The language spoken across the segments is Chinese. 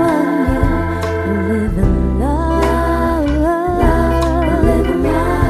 love you, live in love, live in love.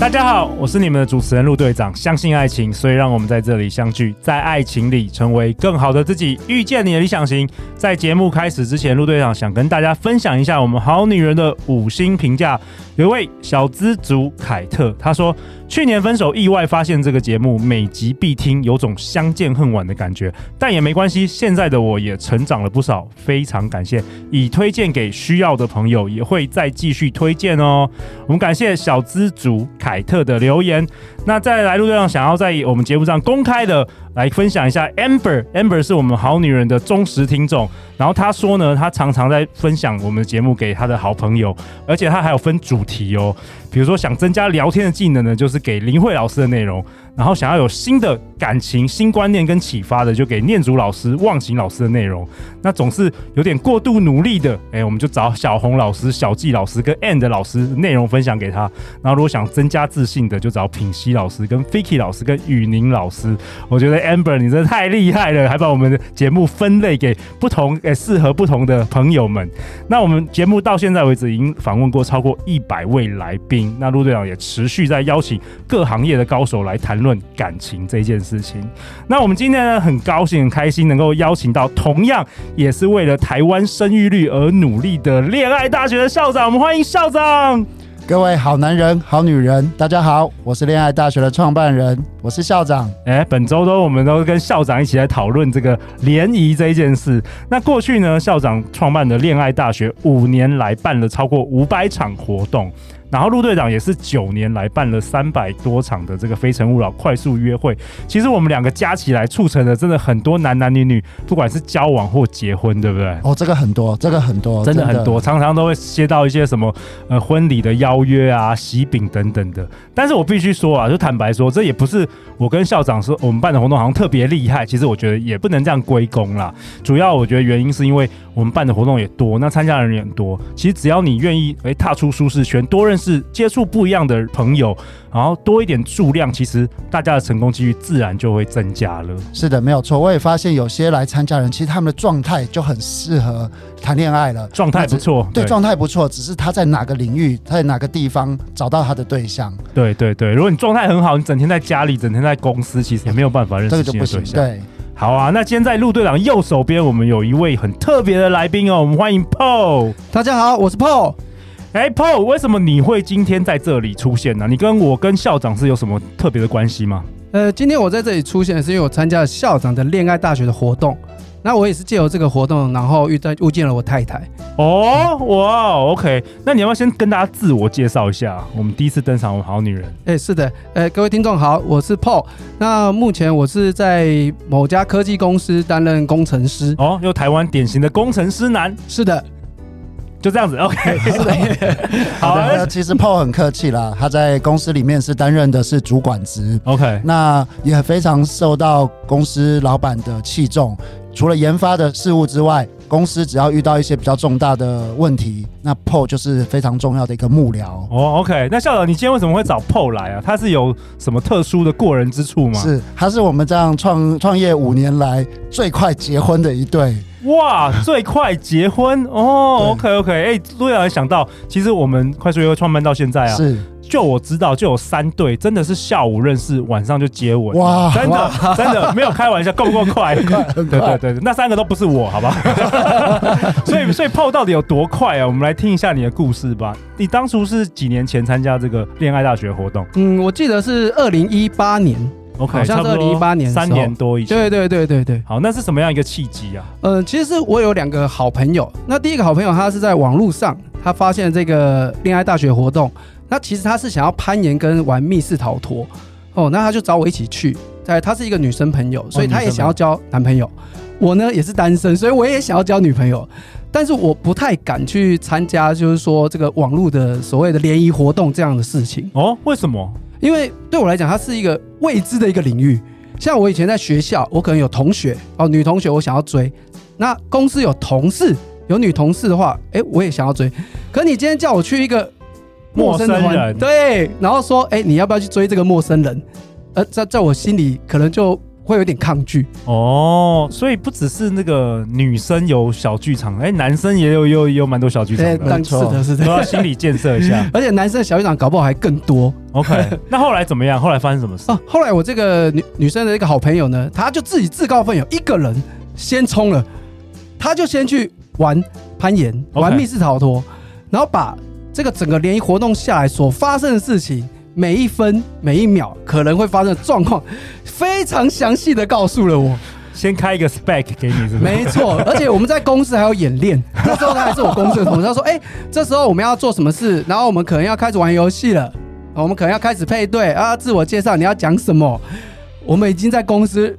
大家好，我是你们的主持人陆队长。相信爱情，所以让我们在这里相聚，在爱情里成为更好的自己，遇见你的理想型。在节目开始之前，陆队长想跟大家分享一下我们好女人的五星评价。有一位小资族凯特，他说去年分手，意外发现这个节目每集必听，有种相见恨晚的感觉。但也没关系，现在的我也成长了不少，非常感谢，已推荐给需要的朋友，也会再继续推荐哦。我们感谢小资主凯特的留言。那在来路队上想要在我们节目上公开的来分享一下 Amber，Amber 是我们好女人的忠实听众。然后她说呢，她常常在分享我们的节目给她的好朋友，而且她还有分主题哦。比如说想增加聊天的技能呢，就是给林慧老师的内容；然后想要有新的感情、新观念跟启发的，就给念祖老师、忘情老师的内容。那总是有点过度努力的，哎、我们就找小红老师、小纪老师跟 And 老师内容分享给他。然后如果想增加自信的，就找品熙老师、跟 Fiki 老师、跟雨宁老师。我觉得 Amber 你真的太厉害了，还把我们的节目分类给不同，诶、适合不同的朋友们。那我们节目到现在为止已经访问过超过一百位来宾，那陆队长也持续在邀请各行业的高手来谈论感情这件事情。那我们今天呢，很高兴、很开心能够邀请到同样也是为了台湾生育率而努力的恋爱大学的校长，我们欢迎校长。各位好男人、好女人，大家好，我是恋爱大学的创办人，我是校长。哎，本周都我们都跟校长一起来讨论这个联谊这一件事。那过去呢，校长创办的恋爱大学五年来办了超过五百场活动，然后陆队长也是九年来办了三百多场的这个非诚勿扰快速约会。其实我们两个加起来促成了真的很多男男女女，不管是交往或结婚，对不对？哦，这个很多，这个很多，真的很多，。常常都会接到一些什么呃婚礼的邀约啊、喜饼等等的。但是我必须说啊，就坦白说，这也不是我跟校长说我们办的活动好像特别厉害，其实我觉得也不能这样归功啦。主要我觉得原因是因为我们办的活动也多，那参加的人也很多。其实只要你愿意诶踏出舒适圈，多认识、接触不一样的朋友，然后多一点数量，其实大家的成功几率自然就会增加了。是的，没有错。我也发现有些来参加人，其实他们的状态就很适合谈恋爱了，状态不错，对，状态不错，只是他在哪个领域，在哪个地方找到他的对象，对对对，如果你状态很好，你整天在家里，整天在公司，其实也没有办法认这识个就新的不行对。象。对，好啊，那今天在陆队长右手边，我们有一位很特别的来宾哦，我们欢迎 Paul。大家好，我是 Paul。哎，Paul，为什么你会今天在这里出现呢、你跟我跟校长是有什么特别的关系吗？呃，今天我在这里出现，是因为我参加了校长的恋爱大学的活动。那我也是借由这个活动，然后遇到遇见了我太太。哦，哇哦，OK，那你要不要先跟大家自我介绍一下？我们第一次登场，我们好女人。哎，是的，呃，各位听众好，我是 Paul。那目前我是在某家科技公司担任工程师。哦，又台湾典型的工程师男，是的，就这样子，OK。是的，好啊那呃其实 Paul 很客气啦，他在公司里面是担任的是主管职， ，OK，那也非常受到公司老板的器重。除了研发的事物之外，公司只要遇到一些比较重大的问题，那 PO 就是非常重要的一个幕僚。哦，OK，那校长，你今天为什么会找 Paul 来啊？他是有什么特殊的过人之处吗？是，他是我们这样创创业五年来最快结婚的一对。哇，最快结婚哦，OK 对 OK，哎、陆队长也想到，其实我们快速约会创办到现在啊，是，就我知道就有三对，真的是下午认识，晚上就接吻，哇真的真的没有开玩笑，够不够 快？对对对，那三个都不是我，好吧？ 所以所以 PO 到底有多快啊？我们来听一下你的故事吧。你当初是几年前参加这个恋爱大学活动嗯，我记得是二零一八年。 ？OK，好像是差不多2018年的时候三年多以前。对对对对对，好，那是什么样一个契机啊？呃，其实是我有两个好朋友。那第一个好朋友他是在网络上，他发现这个恋爱大学活动，那其实他是想要攀岩跟玩密室逃脱，哦，那他就找我一起去。在她是一个女生朋友，所以她也想要交男朋友。我呢也是单身，所以我也想要交女朋友，但是我不太敢去参加，就是说这个网络的所谓的联谊活动这样的事情。哦，为什么？因为对我来讲，它是一个未知的一个领域。像我以前在学校，我可能有同学哦，女同学我想要追，那公司有同事有女同事的话，哎，我也想要追。可你今天叫我去一个陌生的陌生环，人对，然后说，哎，你要不要去追这个陌生人？呃，在在我心里可能就会有点抗拒。哦，所以不只是那个女生有小剧场，哎、男生也有也有也有蛮多小剧场对，的，但没是错的，是都的。。要心理建设一下 而且男生的小剧场搞不好还更多 OK，那后来怎么样？后来发生什么事？哦。后来我这个女女生的一个好朋友呢，她就自己自告奋勇，一个人先冲了，她就先去玩攀岩， OK 玩密室逃脱，然后把这个整个联谊活动下来所发生的事情，每一分每一秒可能会发生的状况，非常详细的告诉了我。先开一个 spec 给你是不是？ 没错，而且我们在公司还有演练，那时候他还是我公司的同事，他说：“哎、这时候我们要做什么事？然后我们可能要开始玩游戏了，啊我们可能要开始配对啊，自我介绍你要讲什么？我们已经在公司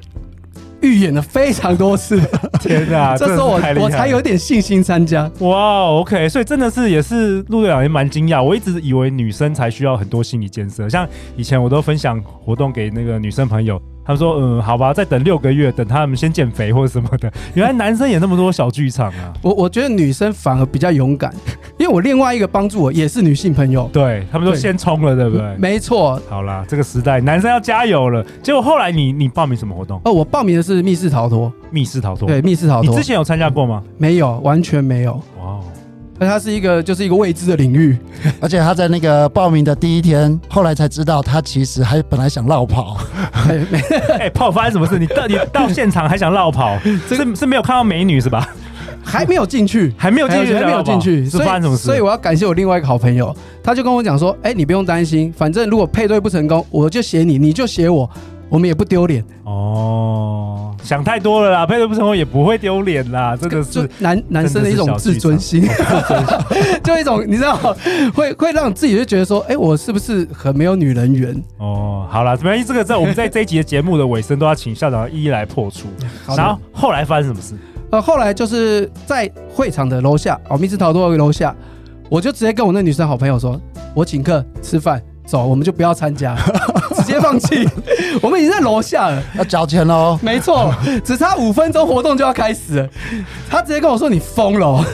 预演了非常多次， 天哪，这时候我啊真的是太厉害我才有了点信心参加。哇，OK，所以真的是也是陆队长也蛮惊讶，我一直以为女生才需要很多心理建设，像以前我都分享活动给那个女生朋友，他们说嗯好吧，再等六个月，等他们先减肥或者什么的，原来男生也那么多小剧场 啊，我我觉得女生反而比较勇敢，因为我另外一个帮助我也是女性朋友，对他们都对先冲了，对不对？没错，好啦，这个时代男生要加油了。结果后来你你报名什么活动？哦，我报名的是密室逃脱，密室逃脱。对，，密室逃你脱之前有参加过吗？没有，完全没有，哇哦，那它是一个就是一个未知的领域。”而且他在那个报名的第一天，后来才知道他其实还本来想绕跑， 哎没 哎、炮发生什么事？你到你到现场还想绕 跑？是是没有看到美女是吧？还没有进去，还没有进去，还没有进去，是所发生什么以事？所以我要感谢我另外一个好朋友，他就跟我讲说，哎，你不用担心，反正如果配对不成功，我就写你，你就写我，我们也不丢脸，哦，想太多了啦，配对不成功也不会丢脸啦，真的就是男男生的一种自尊心，哦 就一种你知道，会会让自己就觉得说，哎，我是不是很没有女人缘？哦。好啦，怎么样？这个在我们在这一集的节目的尾声，都要请校长一一来破除。 好的然后后来发生什么事？呃，后来就是在会场的楼下，哦，密室逃脱的楼下，我就直接跟我那女生好朋友说，我请客吃饭，走，我们就不要参 加，直接放弃， 我们已经在楼下了，要交钱哦喽。没错，只差五分钟活动就要开始了，他直接跟我说你疯了哦，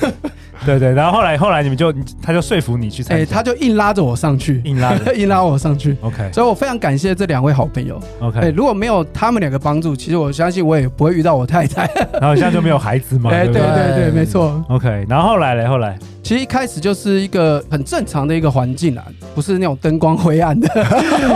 对对，然后后来后来你们就他就说服你去 哎、参加，他就硬拉着我上去，。硬拉的 硬拉我上去。 OK 所以我非常感谢这两位好朋友。 OK，哎、如果没有他们两个帮助，其实我相信我也不会遇到我太太。然后现在就没有孩子嘛，哎、对不 对对对对，没错。 ？OK，然后后来嘞，后来其实一开始就是一个很正常的一个环境啊，不是那种灯光灰 暗的，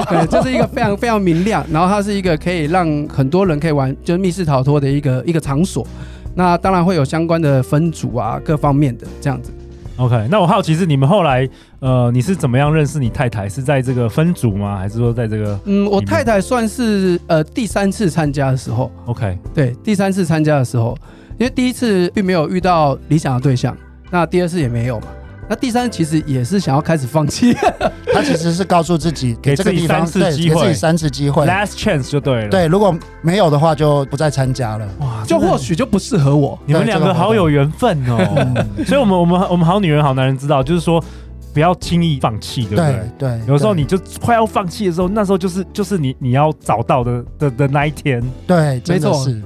对，就是一个非常非常明亮，然后它是一个可以让很多人可以玩就是密室逃脱的一个一个场所。那当然会有相关的分组啊，各方面的这样子。 OK，那我好奇是你们后来呃，你是怎么样认识你太太？是在这个分组吗？还是说在这个嗯，我你们太太算是呃第三次参加的时候， OK？对，第三次参加的时候，因为第一次并没有遇到理想的对象，那第二次也没有嘛，那第三次其实也是想要开始放弃。他其实是告诉自己，给这个自己地方三次对，机给自会己三次机会。 Last chance 就对了。，对，如果没有的话，就不再参加了。哇 就真的或许就不适合我。你们对两这个个好好有缘分哦。嗯 所以我们我们我们好女人好男人知道，就是说不要轻易放弃，对不对对？对，有时候对你就快要放弃的时候，那时候就是就是你你要找到的的的那一天。对，真的错是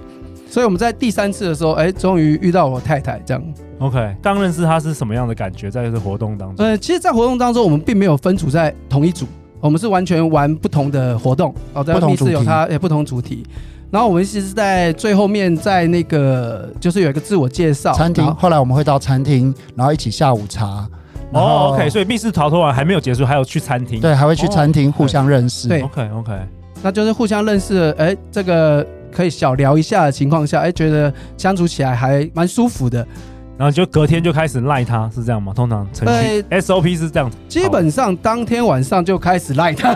所以我们在第三次的时候，哎，终于遇到我太太这样。 OK，刚认识他是什么样的感觉？在这个活动当中，呃，其实，在活动当中，我们并没有分组在同一组，我们是完全玩不同的活动。哦，在不同密室主有题它也不同主题。然后我们其实是在最后面，在那个就是有一个自我介哦绍，餐然厅。后后来我们会到餐厅，然后一起下午茶。然后哦，OK，所以密室逃脱完还没有结束，还有去餐厅。对，还会去哦餐厅互相认识。对，OK OK，那就是互相认识了，哎，这个可以小聊一下的情况下，哎，觉得相处起来还蛮舒服的。然后就隔天就开始赖他，是这样吗？通常程序 SOP 是这样子，基本上当天晚上就开始赖他，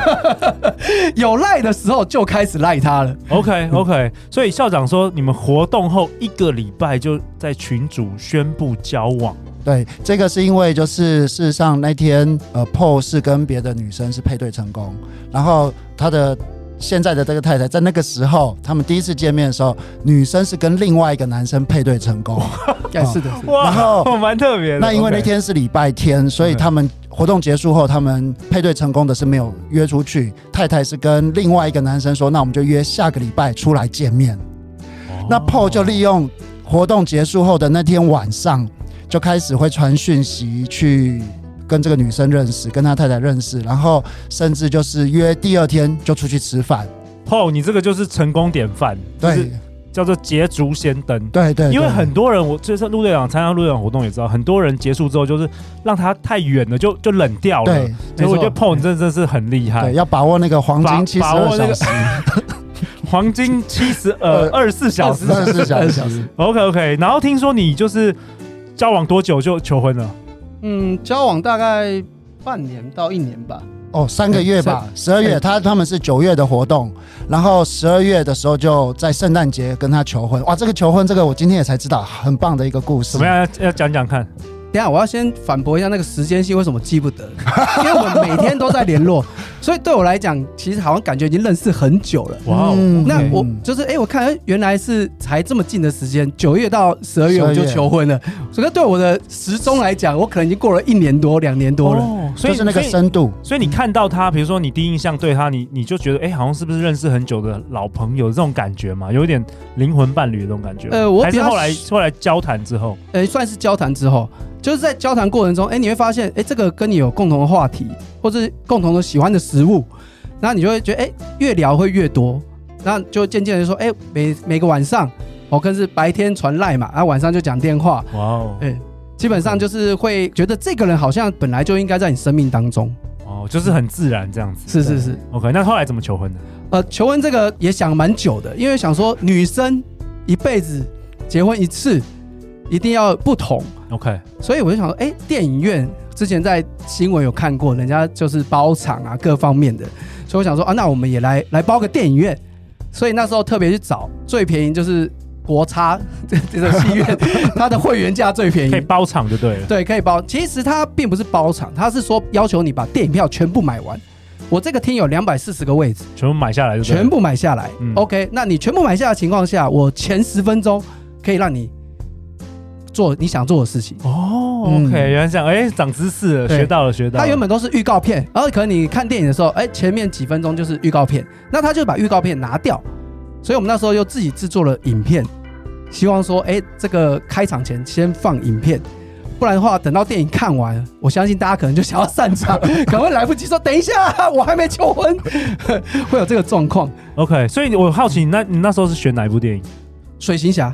有赖的时候就开始赖他了。 OK OK。所以校长说，你们活动后一个礼拜就在群组宣布交往。对，这个是因为就是事实上那天呃，Paul 是跟别的女生是配对成功，然后他的现在的这个太太在那个时候他们第一次见面的时候，女生是跟另外一个男生配对成功，哎，是的，是的然后哇，蛮特别的。那因为 OK 嗯那天是礼拜天，所以 OK 他们活动结束后，他们配对成功的是没有约出去。太太是跟另外一个男生说，那我们就约下个礼拜出来见面。哦那 Paul 就利用活动结束后的那天晚上，就开始会传讯息去跟这个女生认识，跟她太太认识，然后甚至就是约第二天就出去吃饭。哦，你这个就是成功典范，就是对叫做捷足先登。对对，因为对很多人，我就是陆队长参加陆队长活动也知道，很多人结束之后就是让他太远了，就就冷掉了。对所以我觉得没错 PO 你真的是很厉害对，，要把握那个黄把金七十把二握那小个时， 黄金七十呃呃二十四小时。二十四小二时十四小时 OK OK，然后听说你就是交往多久就求婚了？嗯，交往大概半年到一年吧。哦，三个月吧，十二月他他们是九月的活动，然后十二月的时候就在圣诞节跟他求婚。哇，这个求婚这个我今天也才知道，很棒的一个故事。怎么？样？要要讲讲看。等一下，我要先反驳一下那个时间性为什么记不得， 因为我们每天都在联络，所以对我来讲，其实好像感觉已经认识很久了。哇哦，嗯那我嗯就是哎、诶我看诶原来是才这么近的时间，九月到十二月12月我就求婚了。所以对我的时钟来讲，我可能已经过了一年多、两年多了。哦所就以是那个所以深度，所以你看到他，比如说你第一印象对他，你你就觉得，哎、好像是不是认识很久的老朋友这种感觉嘛？有一点灵魂伴侣的这种感觉吗。呃我还比是较后来后来交谈之后，呃，算是交谈之后，就是在交谈过程中，哎、你会发现，哎、这个跟你有共同的话题，或是共同的喜欢的食物，然后你就会觉得，哎、越聊会越多，然后就渐渐的说，哎、每每个晚上，我、哦、更是白天传赖嘛，啊然后晚上就讲电话，哇哦，哎、基本上就是会觉得这个人好像本来就应该在你生命当中，哦，就是很自然这样子。是是是， OK，那后来怎么求婚的？呃，求婚这个也想蛮久的，因为想说女生一辈子结婚一次，一定要不同。 OK，所以我就想说，哎、电影院之前在新闻有看过，人家就是包场啊，各方面的，所以我想说啊，那我们也来来包个电影院。所以那时候特别去找最便宜，就是国差这这个 戏院，它的会员价最便可以宜，包场就对了。对，可以包。其实它并不是包场，它是说要求你把电影票全部买完。我这个厅有两百四十个位置，全部买下来就对了全部买下来。嗯 OK，那你全部买下的情况下，我前十分钟可以让你做你想做的事情。哦嗯，OK，原来是这样，哎、长知识了，对学到了，学到了。它原本都是预告片，然后可能你看电影的时候，哎、前面几分钟就是预告片，那他就把预告片拿掉，所以我们那时候又自己制作了影片，希望说，哎、这个开场前先放影片，不然的话，等到电影看完，我相信大家可能就想要散场，可能会来不及说，等一下，我还没求婚，会有这个状况。 OK，所以我好奇，那你那时候是选哪一部电影水行侠，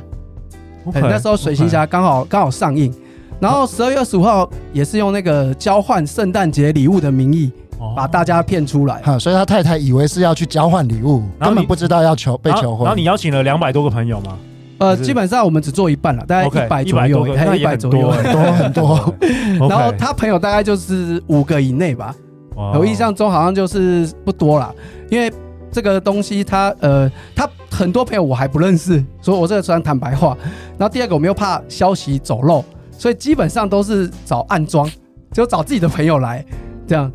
？OK，哎、那时候水行侠刚好刚好上映，然后十二月二十五号也是用那个交换圣诞节礼物的名义，哦把大家骗出来。哈，所以他太太以为是要去交换礼物，然后根你本不知道要求被然后求婚。然后你邀请了两百多个朋友吗？呃，就是基本上我们只做一半了，大概 OK，一百左100右多个，还那一也百很左右多。很 多很多， OK 然后他朋友大概就是五个以内吧，哇我印象中好像就是不多啦，因为这个东西他呃，他很多朋友我还不认识，所以我这个算坦白话。然后第二个我们又怕消息走漏，所以基本上都是找暗装，就找自己的朋友来这样。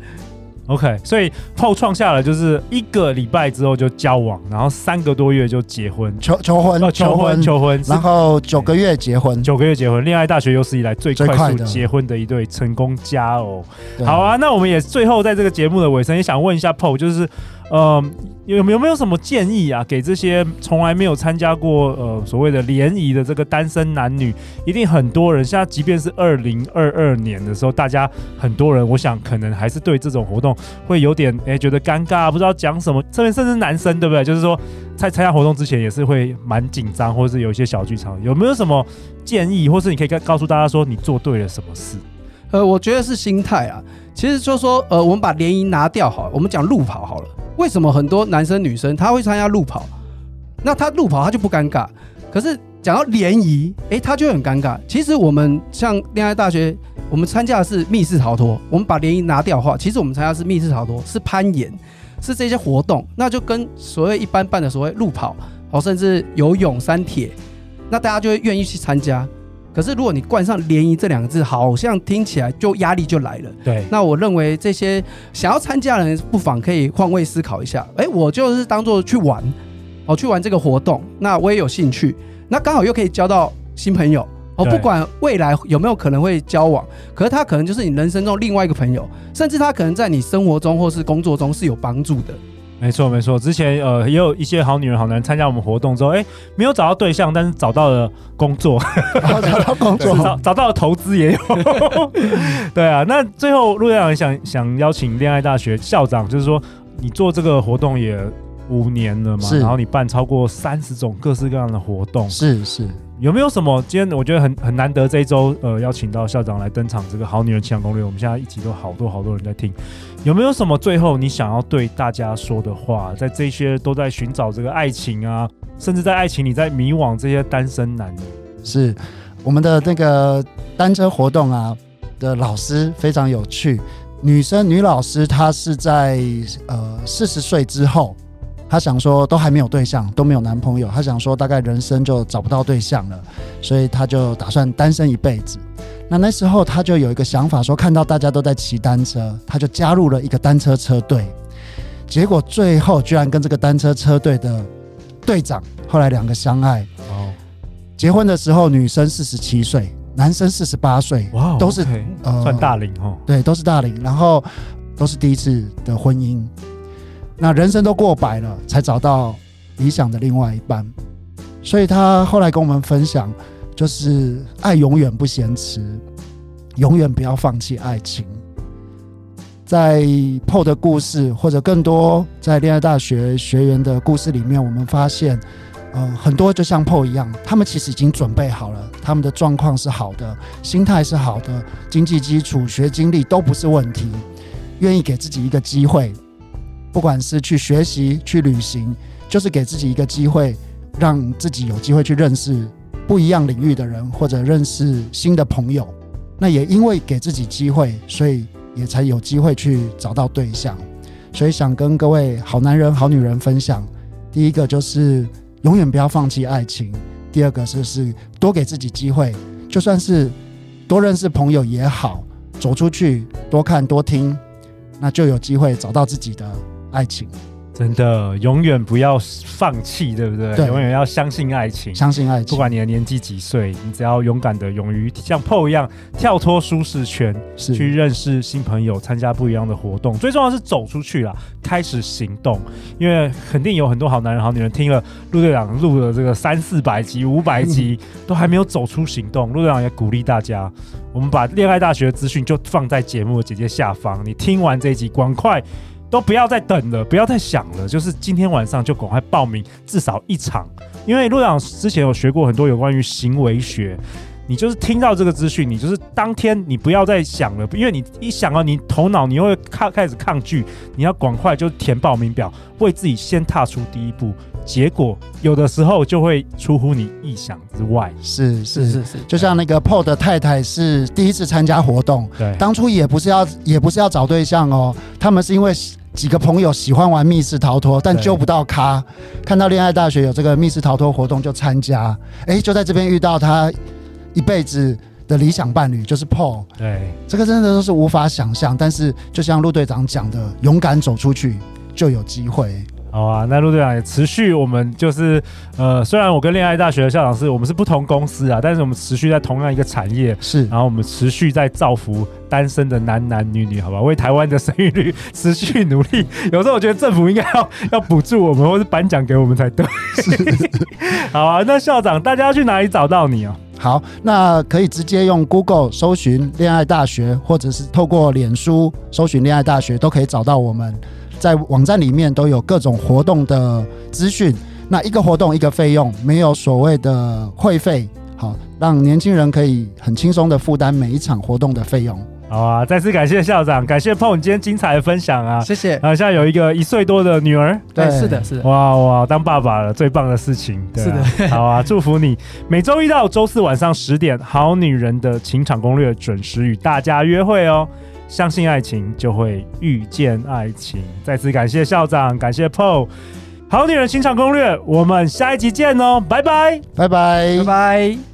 OK，所以 PO 创下了就是一个礼拜之后就交往，然后三个多月就结婚，求求婚哦，求婚求婚，是然后九个月结婚。九个月结婚，恋爱大学有史以来最最快快速的结婚的一对成功佳偶。对好，啊，那我们也最后在这个节目的尾声，也想问一下 PO，就是呃，有有没有什么建议啊，给这些从来没有参加过呃所谓的联谊的这个单身男女？一定很多人现在，即便是二零二二年的时候，大家很多人，我想可能还是对这种活动会有点诶觉得尴尬，不知道讲什么，甚至甚至男生对不对？就是说在参加活动之前也是会蛮紧张，或是有一些小剧场，有没有什么建议，或是你可以告告诉大家说你做对了什么事？呃，我觉得是心态啊。其实就说，呃，我们把联谊拿掉好了，我们讲路跑好了。为什么很多男生女生他会参加路跑？那他路跑他就不尴尬，可是讲到联谊，诶，他就很尴尬。其实我们像恋爱大学，我们参加的是密室逃脱，我们把联谊拿掉的话，其实我们参加的是密室逃脱，是攀岩，是这些活动，那就跟所谓一般办的所谓路跑，哦，甚至游泳、山铁，那大家就会愿意去参加。可是如果你冠上“联谊”这两个字，好像听起来就压力就来了。对，那我认为这些想要参加的人，不妨可以换位思考一下。哎，我就是当做去玩，哦，去玩这个活动，那我也有兴趣，那刚好又可以交到新朋友。哦，对不管未来有没有可能会交往，可是他可能就是你人生中另外一个朋友，甚至他可能在你生活中或是工作中是有帮助的。没错没错，之前呃也有一些好女人好男人参加我们活动之后，哎，没有找到对象，但是找到了工作，然后找到工是 找作。找到了投资也有。对啊，那最后陆队长想想邀请恋爱大学校长，就是说你做这个活动也五年了嘛，是然后你办超过三十种各式各样的活动，是是，有没有什么？今天我觉得很很难得，这一周呃邀请到校长来登场这个《好女人情感攻略》，我们现在一起都好多好多人在听，有没有什么最后你想要对大家说的话？在这些都在寻找这个爱情啊，甚至在爱情里在迷惘这些单身男女，是我们的那个单车活动啊的老师非常有趣，女生女老师她是在呃四十岁之后，她想说都还没有对象，都没有男朋友，她想说大概人生就找不到对象了，所以她就打算单身一辈子。那那时候她就有一个想法说看到大家都在骑单车，她就加入了一个单车车队，结果最后居然跟这个单车车队的队长后来两个相爱。哦，结婚的时候，女生四十七岁，男生四十八岁，哇都是呃哦算大龄哦。对，都是大龄，然后都是第一次的婚姻，那人生都过百了，才找到理想的另外一半。所以他后来跟我们分享，就是爱永远不嫌迟，永远不要放弃爱情。在 PO 的故事，或者更多在恋爱大学学员的故事里面，我们发现，呃，很多就像 PO 一样，他们其实已经准备好了，他们的状况是好的，心态是好的，经济基础、学经历都不是问题，愿意给自己一个机会，不管是去学习、去旅行，就是给自己一个机会，让自己有机会去认识不一样领域的人，或者认识新的朋友。那也因为给自己机会，所以也才有机会去找到对象。所以想跟各位好男人、好女人分享，第一个就是永远不要放弃爱情，第二个就是多给自己机会，就算是多认识朋友也好，走出去多看多听，那就有机会找到自己的爱情。嗯真的，永远不要放弃，对不对？对永远要相信爱情。相信爱不情，管你的年纪几岁，你只要勇敢的、勇于像 PO 一样跳脱舒适圈，去是认识新朋友，参加不一样的活动。最重要的是走出去啦，开始行动。因为肯定有很多好男人、好女人听了陆队长录了这个三四百集、五百集，都还没有走出行动。陆队长也鼓励大家，我们把恋爱大学的资讯就放在节目的简介下方，你听完这一集，赶快。都不要再等了，不要再想了，就是今天晚上就赶快报名，至少一场。因为陆队长之前有学过很多有关于行为学，你就是听到这个资讯，你就是当天你不要再想了，因为你一想到你头脑你又会抗开始抗拒，你要赶快就填报名表，为自己先踏出第一步，结果有的时候就会出乎你意想之外。是是是是，是是，就像那个 PO 的太太是第一次参加活动，对，当初也不是要也不是要找对象哦，他们是因为喜几个朋友喜欢玩密室逃脱，但对揪不到咖，看到恋爱大学有这个密室逃脱活动就参加，诶，就在这边遇到他一辈子的理想伴侣就是 Paul，对，这个真的都是无法想象，但是就像陆队长讲的，勇敢走出去就有机会。好啊，那陆队长也持续，我们就是呃，虽然我跟恋爱大学的校长是我们是不同公司啊，但是我们持续在同样一个产业，是，然后我们持续在造福单身的男男女女，好吧？为台湾的生育率 持续努力。有时候我觉得政府应该要 要补助我们，或是颁奖给我们才对。 好啊，那校长，大家要去哪里找到你啊？好，那可以直接用 Google 搜寻“恋爱大学”，或者是透过脸书搜寻“恋爱大学”，都可以找到我们。在网站里面都有各种活动的资讯。那一个活动一个费用，没有所谓的会费，好让年轻人可以很轻松的负担每一场活动的费用。好啊，再次感谢校长，感谢碰你今天精彩的分享啊！谢谢，然后现在有一个一岁多的女儿，对，对是的，是的，哇哇，当爸爸了，最棒的事情。对啊、 是好啊，祝福你。每周一到周四晚上十点，《好女人的情场攻略》准时与大家约会哦。相信爱情，就会遇见爱情。再次感谢校长，感谢 PO。好女人情场攻略，我们下一集见哦，拜拜。拜拜，拜拜。